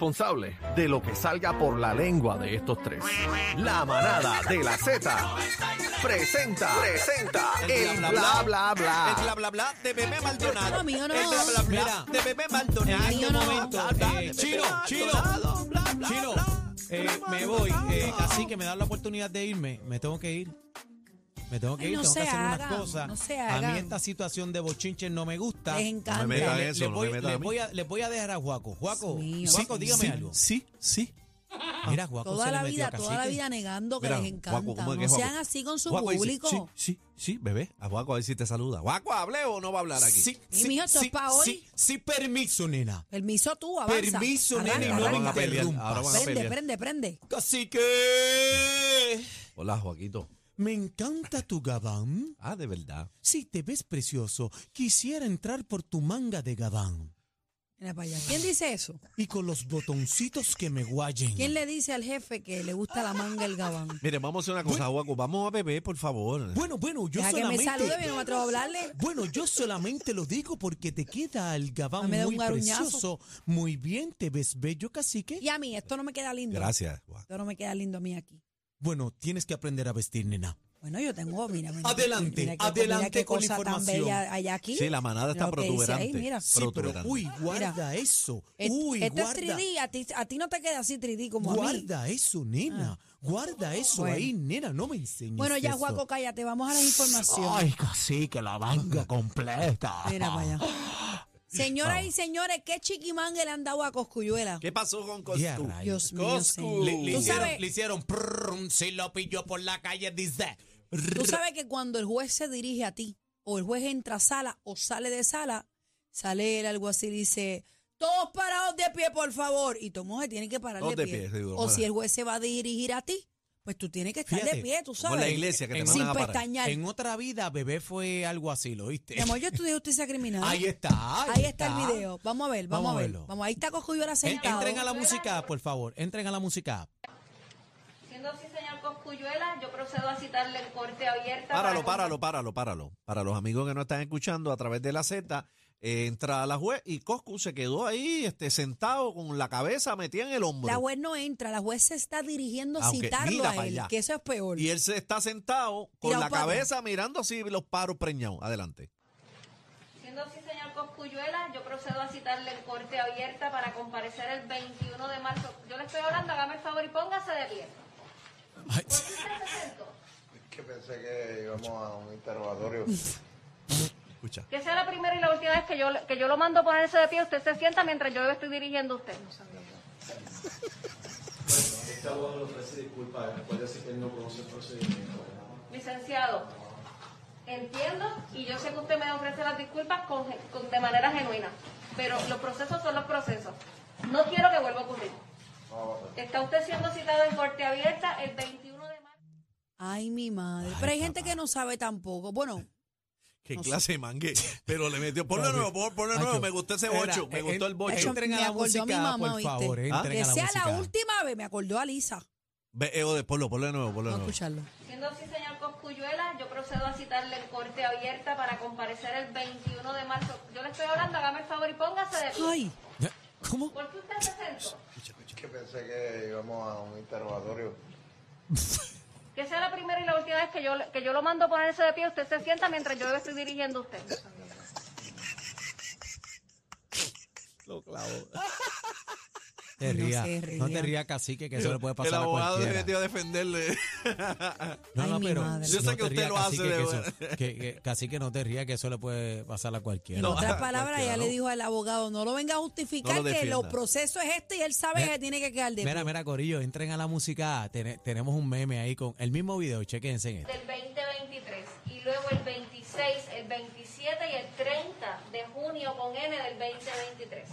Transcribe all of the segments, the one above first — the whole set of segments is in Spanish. responsables de lo que salga por la lengua de estos tres. La manada de la Z presenta, presenta el bla bla El bla. bla bla bla de Bebé Maldonado. No, mío no. El bla bla bla de Bebé Maldonado. El mío En no. este momento, eh, Chino, chino, chino. eh, me voy. Eh, así que me dan la oportunidad de irme. Me tengo que ir. Me tengo que Ay, ir. no tengo que se hacer unas hagan, cosas. no se a hagan. mí esta situación de bochinches no me gusta. Les encanta. No me meta eso, les no voy, me meta a les mí. voy a, les voy a dejar a Juaco. Juaco, Dios mío. Juaco, Sí, dígame sí, algo. Sí, sí. Mira, Juaco Toda se la le metió vida, a toda la Cacique. vida negando que Mira, les encanta. Juaco, ¿cómo es que no es Juaco? sean así con su Guaco dice, público. sí, sí, sí, bebé. A Guaco a ver si te saluda. Guaco, ¿hablé o no va a hablar aquí? Sí, Y, mijo, esto es pa' hoy. Sí, sí, permiso, nena. Permiso tú, avanza. Permiso, nene, Arranca, no me van a arranca. pelear, interrumpas. ahora van a Prende, pelear. prende, prende. Así que... Hola, Joaquito. Me encanta tu gabán. Ah, de verdad. Sí, te ves precioso. Quisiera entrar por tu manga de gabán. Mira para allá. ¿Quién dice eso? Y con los botoncitos que me guayen. ¿Quién le dice al jefe que le gusta la manga el gabán? Mire, vamos a hacer una cosa, Guaco. Vamos a beber, por favor. Bueno, bueno, yo Deja que me solamente... salude, yo no me atrevo a hablarle. Bueno, yo solamente lo digo porque te queda el Ah, gabán me da muy un garuñazo. precioso. Muy bien, te ves bello, cacique. Y a mí, esto no me queda lindo. Gracias, Guaco. Esto no me queda lindo a mí aquí. Bueno, tienes que aprender a vestir, nena. Bueno, yo tengo, mira, mira. Adelante, mira qué- mira adelante qué con la cosa información. Tan bella hay aquí. Sí, la manada está Lo que dice ahí, protuberante. mira. Sí, pero Protuberante. uy, guarda eso. Et- Uy, esto guarda. es 3D, a ti, a ti no te queda así 3D como a mí. Ah. Guarda eso, nena. Guarda eso Bueno. ahí, nena. No me enseñes. Bueno, ya, eso. Juaco, cállate, vamos a las informaciones. casi que la manga completa. Mira para allá. Señoras y señores, qué chiquimangue le han dado a Coscuyuela. ¿Qué pasó con Ya, Costú? rayos. Dios mío, señor. Le, le Tú hicieron, sabes- le hicieron prrrrum, si lo pilló por la calle, dice. Tú sabes que cuando el juez se dirige a ti, o el juez entra a sala o sale de sala, sale el alguacil y dice, todos parados de pie, por favor. Y tu mujer tiene que parar de Todos de pie. pie, seguro, o bueno. si el juez se va a dirigir a ti, pues tú tienes que estar de Fíjate, pie, tú Como sabes. en la iglesia que te En- mandan sin a parar. pestañear. En otra vida, bebé fue algo así, ¿lo oíste? Mi amor, yo estudié justicia criminal. Ahí está. Ahí está el video. Vamos a ver, vamos, Vamos a a ver. verlo. Vamos, ahí está Coscuyuela En- sentado. entren a la música, por favor. Entren a la música. Siendo así, señor Cosculluela, yo procedo a citarle en corte abierta. Páralo, para- páralo, páralo, páralo. Para los amigos que no están escuchando a través de la Z, eh, entra la juez y Coscu se quedó ahí este, sentado con la cabeza metida en el hombro. La juez no entra, la juez se está dirigiendo a Ah, Aunque citarlo mira a para él, allá. que eso es peor. Y él se está sentado con Tirado la para atrás. cabeza mirando así los paros preñados. Adelante. Siendo así, señor Cosculluela, yo procedo a citarle en corte abierta para comparecer el 21 de marzo. Yo le estoy hablando, hágame el favor y póngase de pie. Ay, ¿Por qué usted se sentó? que pensé que íbamos a un interrogatorio. Escucha. Que sea la primera y la última vez que yo, que yo lo mando a ponerse de pie, usted se sienta mientras yo le estoy dirigiendo a usted. Este abogado le ofrece disculpas, acuérdese que él no conoce el procedimiento. Licenciado, entiendo y yo sé que usted me ofrece las disculpas con- con- de manera genuina, pero los procesos son los procesos. No quiero que vuelva a ocurrir. Está usted siendo citado en corte abierta el 21 de marzo. Ay, mi madre. Pero hay gente que no sabe tampoco. Bueno, Qué clase de mangue. Pero le metió. Ponlo Ay, nuevo, pon- ponlo Ay, nuevo. yo- Me gustó ese Era, bocho. eh, Me eh, en- gustó el bocho. eso Entren a me la acordó a mi música, mamá, por ¿oíste? Ah. favor, entren que a la sea la música. última vez, me acordó a Lisa. Ve, eh, de- ponlo, ponlo de nuevo, ponlo de Vamos a nuevo. escucharlo. Siendo así, señor Cosculluela, yo procedo a citarle en corte abierta para comparecer el 21 de marzo. Yo le estoy hablando, hágame el favor y póngase de pie. Ay, ¿Cómo? ¿Por qué usted se sentó? que pensé que íbamos a un interrogatorio. Que sea la primera y la última vez que yo, que yo lo mando a ponerse de pie, usted se sienta mientras yo le estoy dirigiendo a usted. Te No ría. se No ría. te rías, cacique, que eso le puede el pasar a abogado se cualquiera. metió a defenderle. No, Ay, no, mi pero madre. Yo sé no que te usted rías, lo hace, cacique, de que verdad. eso- que- que- cacique, no te rías, que eso le puede pasar a cualquiera. en No, otras palabras, cualquiera, ella le ¿no? dijo al abogado, no lo venga a justificar No lo que defienda. los procesos es este y él sabe Mira, que tiene que quedar de pie. Mira, mira, Corillo, entren a la música. Tene- tenemos un meme ahí con el mismo video. Chequense en este. esto. del 2023 y luego el 26, el 27 y el 30 de junio con N del 2023.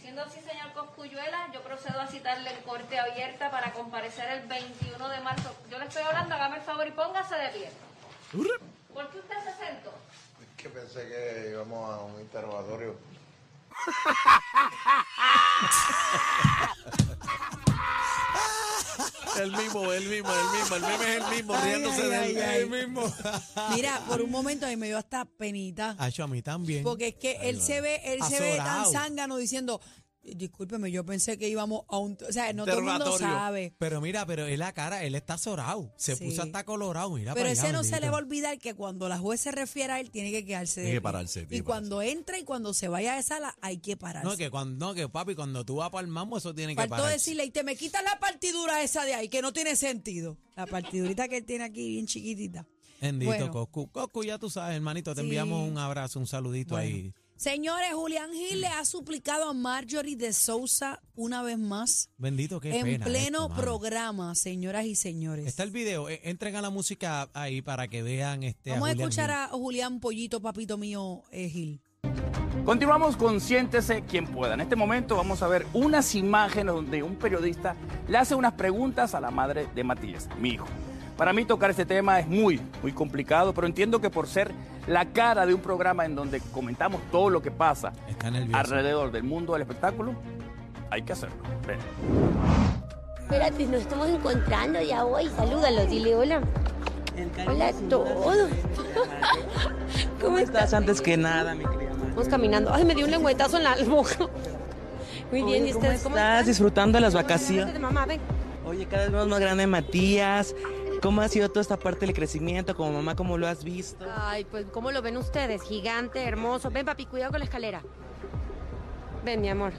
Siendo así, señor Cosculluela, yo procedo a citarle en corte abierta para comparecer el 21 de marzo. Yo le estoy hablando, hágame el favor y póngase de pie. ¿Por qué usted se sentó? que pensé que íbamos a un interrogatorio. El mismo, el mismo, el mismo. El meme es el mismo, riéndose ay, de ay, él. ay. El mismo. Mira, por un momento ahí me dio hasta penita. Hacho, a mí también. Porque es que él se ve, él se ve tan Azorao. zángano diciendo, Discúlpeme, yo pensé que íbamos a un... O sea, no todo el mundo Interrogatorio. sabe. Pero mira, pero es la cara, él está azorado. Se Sí. puso hasta colorado, mira. Pero para allá, ese no se bendito. le va a olvidar que cuando la juez se refiera a él, tiene que quedarse de Tiene que pie. pararse, tiene Y que cuando entra y cuando se vaya de sala, hay que pararse. No, que cuando, no, que papi, cuando tú vas para el mambo, eso tiene que Faltó parar. decirle, y te me quitas la partidura esa de ahí, que no tiene sentido. La partidurita que él tiene aquí, bien chiquitita. Bendito, Bueno. Coscu. Coscu, ya tú sabes, hermanito, te Sí. enviamos un abrazo, un saludito Bueno. ahí. Señores, Julián Gil le ha suplicado a Marjorie de Sousa una vez más Bendito, qué en pena pleno esto, mano. programa, señoras y señores. Está el video, eh, entren a la música ahí para que vean este. Vamos a Julián escuchar Gil. a Julián Pollito, papito mío, eh, Gil. Continuamos con Siéntese quien pueda. En este momento vamos a ver unas imágenes donde un periodista le hace unas preguntas a la madre de Matías, mi hijo. Para mí tocar este tema es muy, muy complicado, pero entiendo que por ser la cara de un programa en donde comentamos todo lo que pasa Está nervioso. alrededor del mundo del espectáculo, hay que hacerlo. Ven. Espérate, nos estamos encontrando ya hoy. Salúdalo, dile hola. Hola a todos. ¿Cómo estás? Antes que nada, mi querida madre. Vamos caminando. Ay, me dio un lengüetazo en la boca. Muy bien, ¿y ¿Cómo ustedes cómo estás? Disfrutando de las Acércate vacaciones. de mamá, ven. Oye, cada vez más, más grande Matías. ¿Cómo ha sido toda esta parte del crecimiento como mamá? ¿Cómo lo has visto? Ay, pues, ¿cómo lo ven ustedes? Gigante, hermoso. Ven, papi, cuidado con la escalera. Ven, mi amor.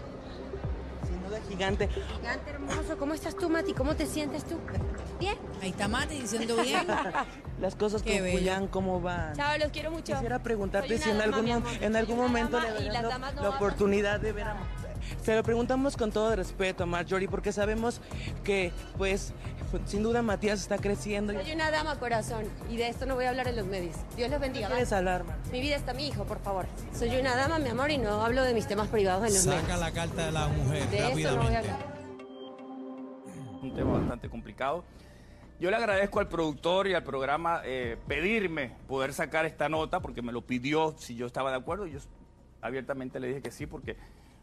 Sin duda gigante. Gigante, hermoso. ¿Cómo estás tú, Mati? ¿Cómo te sientes tú? Bien. Ahí está Mati diciendo bien. Ah, Las cosas Qué con bello. Julián, ¿cómo van? Chao, los quiero mucho. Quisiera preguntarte Soy si en una dama, algún, mi mom- amor. en algún Soy una momento dama le y verás las la- damas no la vamos. oportunidad de ver a Se lo preguntamos con todo respeto a Marjorie porque sabemos que, pues, sin duda Matías está creciendo. Soy una dama corazón y de esto no voy a hablar en los medios. Dios los bendiga. ¿Quieres hablar, Mar? Mi vida está mi hijo, por favor. Soy una dama, mi amor, y no hablo de mis temas privados en los medios. Saca la carta de la mujer De eso no voy a rápidamente. hablar. un tema bastante complicado. Yo le agradezco al productor y al programa eh, pedirme poder sacar esta nota porque me lo pidió si yo estaba de acuerdo. Yo abiertamente le dije que sí porque,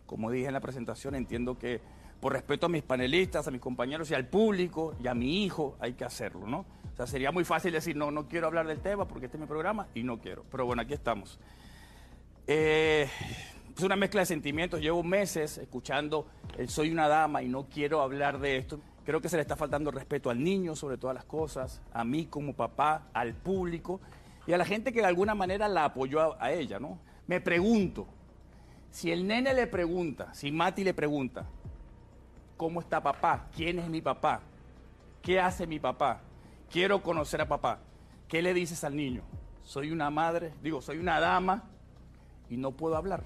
como dije en la presentación, entiendo que por respeto a mis panelistas, a mis compañeros y al público y a mi hijo hay que hacerlo, ¿no? O sea, sería muy fácil decir, no, no quiero hablar del tema porque este es mi programa y no quiero. Pero bueno, aquí estamos. Eh, es una mezcla de sentimientos. Llevo meses escuchando el Soy una dama y no quiero hablar de esto. Creo que se le está faltando el respeto al niño sobre todas las cosas, a mí como papá, al público y a la gente que de alguna manera la apoyó a, a ella, ¿no? Me pregunto, si el nene le pregunta, si Mati le pregunta, ¿cómo está papá? ¿Quién es mi papá? ¿Qué hace mi papá? Quiero conocer a papá. ¿Qué le dices al niño? Soy una madre, digo, soy una dama y no puedo hablar.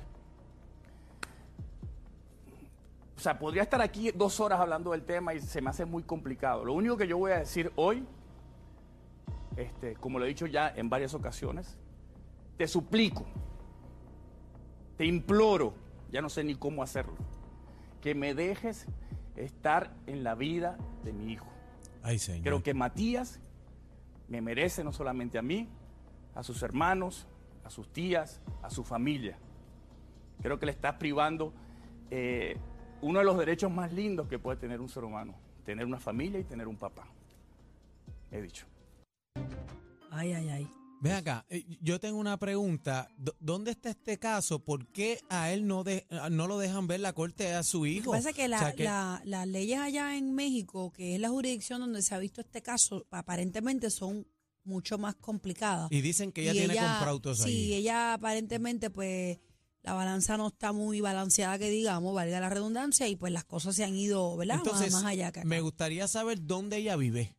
O sea, podría estar aquí dos horas hablando del tema y se me hace muy complicado. Lo único que yo voy a decir hoy, este, como lo he dicho ya en varias ocasiones, te suplico, te imploro, ya no sé ni cómo hacerlo, que me dejes estar en la vida de mi hijo. Ay, señor. Creo que Matías me merece no solamente a mí, a sus hermanos, a sus tías, a su familia. Creo que le estás privando eh, uno de los derechos más lindos que puede tener un ser humano, tener una familia y tener un papá. He dicho. Ay, ay, ay. Ven acá, eh, yo tengo una pregunta. Do- ¿Dónde está este caso? ¿Por qué a él no, de- no lo dejan ver la corte a su Lo que hijo? pasa es que, O la- sea, que- la- las leyes allá en México, que es la jurisdicción donde se ha visto este caso, aparentemente son mucho más complicadas. y dicen que ella Y tiene comprado todos Sí, ahí. ella aparentemente, pues, la balanza no está muy balanceada, que digamos, valga la redundancia, y pues las cosas se han ido, ¿verdad? Más- Entonces, más, allá que acá. me gustaría saber dónde ella vive.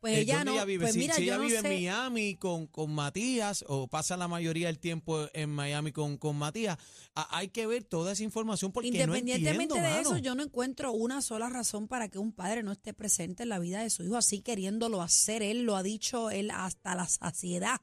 Pues Eh, ella ¿dónde no, ella vive? pues si mira, si yo ella no vive sé. en Miami con, con Matías o pasa la mayoría del tiempo en Miami con, con Matías, a- hay que ver toda esa información porque Independientemente no entiendo, de mano. eso, yo no encuentro una sola razón para que un padre no esté presente en la vida de su hijo, así queriéndolo hacer. Él lo ha dicho él hasta la saciedad.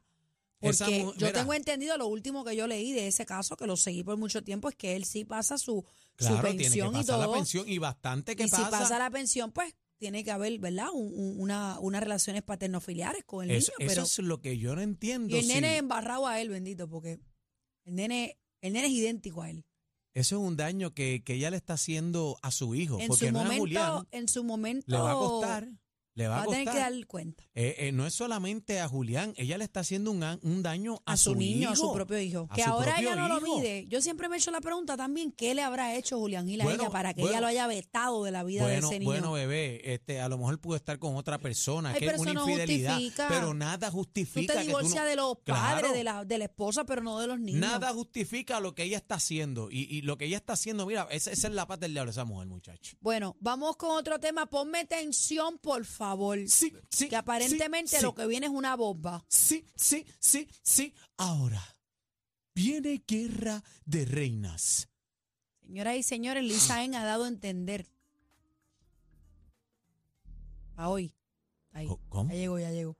Esa Porque mu- yo mira. tengo entendido, lo último que yo leí de ese caso, que lo seguí por mucho tiempo, es que él sí pasa su, su Claro, tiene que pensión y pasar todo. la pensión y bastante que y si pasa la pensión, pues tiene que haber, ¿verdad? Un- un- una, unas relaciones paternofiliares con el Eso, niño. pero eso es lo que yo no entiendo. y el si- nene embarrado a él, bendito, porque el nene, el nene es idéntico a él. Eso es un daño que, que ella le está haciendo a su hijo. En porque su no es a momento, Julián. en su momento Le va a costar. Le Le va, Va a a costar. tener que dar cuenta Eh, eh, no es solamente a Julián, ella le está haciendo un, an- un daño a, a su niño, a su hijo, propio hijo. a Que su ahora propio ella no lo hijo. mide. Yo siempre me he hecho la pregunta también, ¿qué le habrá hecho Julián Gil a Bueno, ella para que bueno. ella lo haya vetado de la vida de Bueno, ese niño? bueno, bebé, este, a lo mejor pudo estar con otra persona, Ay, que pero es eso una no infidelidad, justifica. pero nada tú justifica te que divorcias no- de los Claro. padres, de la, de la esposa, pero no de los niños. Nada justifica lo que ella está haciendo. Y, y lo que ella está haciendo, mira, esa, esa es la paz del diablo, esa mujer, muchacho. Bueno, vamos con otro tema. Ponme atención, por favor. Sí, sí, que aparentemente sí, sí. lo que viene es una bomba. Sí, sí, sí, sí. Ahora, viene guerra de reinas. Señoras y señores, Lisa N ha dado a entender. A Ah, hoy. Ahí. Co- Oh, ¿Cómo? Ya llegó, ya llegó.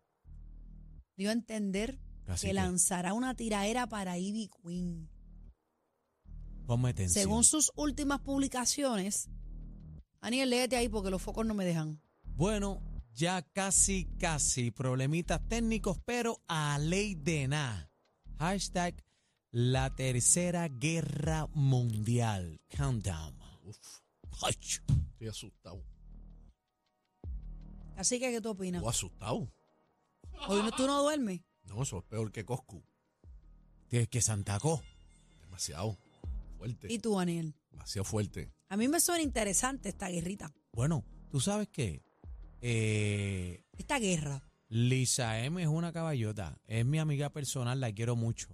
Dio a entender Casi que que- lanzará una tiraera para Ivy Queen. Ponme atención. Según sus últimas publicaciones, Aniel, léete ahí porque los focos no me dejan. Bueno, ya casi, casi. Problemitas técnicos, pero a ley de nada. Hashtag la tercera guerra mundial. Countdown. Ay, chu. Estoy asustado. Así que, ¿qué tú opinas? Estoy asustado. Hoy no, tú no duermes. No, eso es peor que Coscu. Tienes que santacó. Demasiado fuerte. ¿Y tú, Aniel? Demasiado fuerte. A mí me suena interesante esta guerrita, Bueno, tú sabes qué? Eh, esta guerra. Lisa M es una caballota. Es mi amiga personal, la quiero mucho.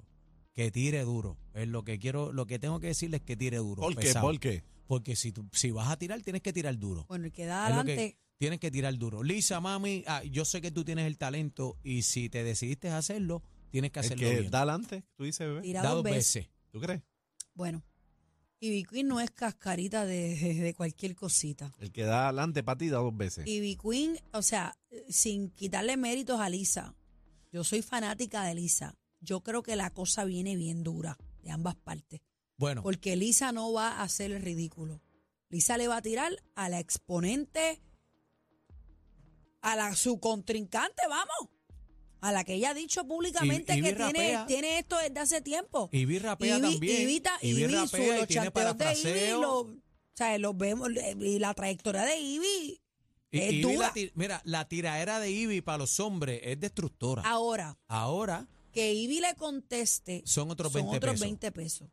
Que tire duro. Es lo que quiero, lo que tengo que decirles es que tire duro. ¿Por qué? pesado. ¿Por qué? Porque si, tú- si vas a tirar, tienes que tirar duro. Bueno, el que da Es lo adelante, que tienes que tirar duro. Lisa, mami, ah, yo sé que tú tienes el talento y si te decidiste a hacerlo, tienes que Es hacerlo que bien. da adelante, tú dices, bebé. tira Da dos veces. ¿Tú crees? Bueno, Ivy Queen no es cascarita de, de- de cualquier cosita. El que da adelante para ti da dos veces. Ivy Queen, o sea, eh, sin quitarle méritos a Lisa, yo soy fanática de Lisa. Yo creo que la cosa viene bien dura de ambas partes, Bueno, porque Lisa no va a hacer el ridículo. Lisa le va a tirar a la exponente, a la, su contrincante, vamos, a la que ella ha dicho públicamente Ivy que tiene, rapea. tiene esto desde hace tiempo. Ivy rapea Ivy- también. Ivy ta- Ivy Ivy, su- rapea y los tiene chanteos de Ivy, parafraseo. los, o sea, los vemos, eh, y la trayectoria de Ivy I- es Ivy la dura. ti- mira, la tiraera de Ivy para los hombres es destructora. Ahora, Ahora que Ivy le conteste, son otros son 20 otros pesos. 20 pesos.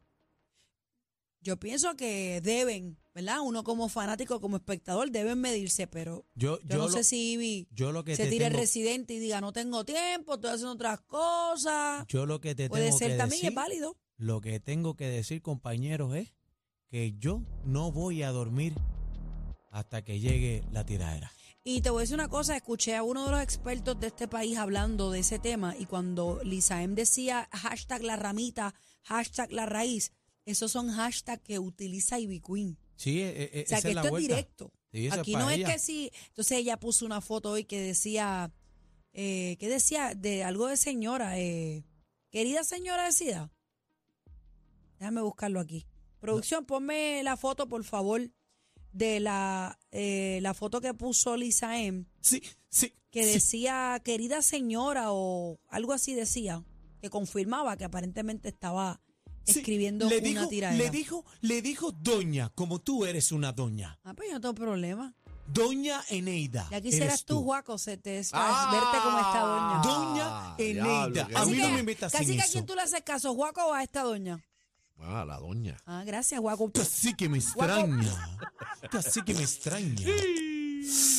Yo pienso que deben, ¿verdad? Uno como fanático, como espectador, deben medirse, pero Yo, yo, yo no lo, sé si Ivy yo lo que se te tire el tengo- residente y diga, no tengo tiempo, estoy haciendo otras cosas. yo lo que te Puede tengo ser que también, es decir, válido. lo que tengo que decir, compañeros, es que yo no voy a dormir hasta que llegue la tiraera. Y te voy a decir una cosa, escuché a uno de los expertos de este país hablando de ese tema y cuando Lisa M decía hashtag la ramita, hashtag la raíz, esos son hashtags que utiliza Ivy Queen. Sí, e- e- O sea, esa que es la esto es vuelta. directo. Sí, esa Aquí para no ella. es que sí. Entonces ella puso una foto hoy que decía, eh, ¿qué decía? De algo de señora. eh, Querida señora decida. Déjame buscarlo aquí. Producción, ponme la foto, por favor, de la, eh, la foto que puso Lisa M, Sí, sí. que sí. decía, querida señora, o algo así decía, que confirmaba que aparentemente estaba Sí, escribiendo le una dijo, tiradera. Le dijo, le dijo doña, como tú eres una doña. Ah, pues yo no tengo problema. Doña Eneida. Ya eres quisieras tú, Juaco, se te es- verte como Ah, esta doña. Doña diablo, Eneida. qué A mí no bueno. me invitas Casi sin que a quién eso. tú le haces caso, Juaco o a esta doña. Bueno, a la doña. Ah, gracias, Juaco. Casi que me extraña. Casi que me extraña.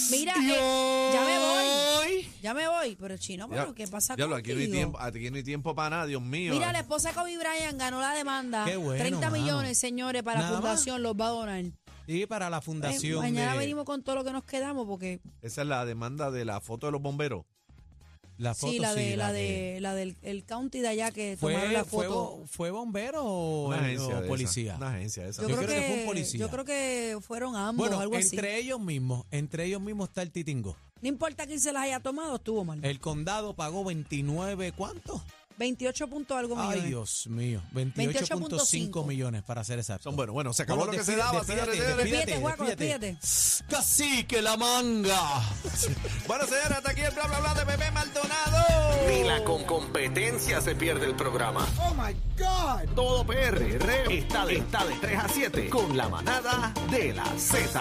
Mira, Y eh, ya me voy. hoy- Ya me voy, pero chino, pero Ya- ¿qué pasa diablo, aquí no hay contigo? tiempo, aquí no hay tiempo para nada, Dios mío. Mira, la esposa de Kobe Bryant ganó la demanda. Qué bueno, 30 mano. millones, señores, para la Nada más. fundación los va a donar. Eh, Y para la fundación. mañana de- venimos con todo lo que nos quedamos porque Esa es la demanda de la foto de los bomberos. La foto, sí, la de la de- de la del el county de allá que tomaron ¿Fue, la fue, foto. bo- fue bombero o, Una el- agencia o de esa, policía? Una agencia de esa. yo, yo creo creo que, que fue un policía. yo creo que fueron ambos o Bueno, algo así. entre ellos mismos, entre ellos mismos está el titingo. No importa quién se las haya tomado, estuvo mal. El condado pagó 29, ¿cuánto? 28 punto algo Ay, millones. Dios mío. 28.5 28.5 millones para ser exacto. Son buenos. Bueno, se acabó Bueno, lo que se despídete, daba, despídete, señores, señores. Despídete, Juaco, despídete. Casi que la manga. Bueno, señores, hasta aquí el bla bla bla de Bebé Maldonado. Ni la con competencia se pierde el programa. Oh my God. Todo PR está de, está de 3 a 7 con la manada de la Z.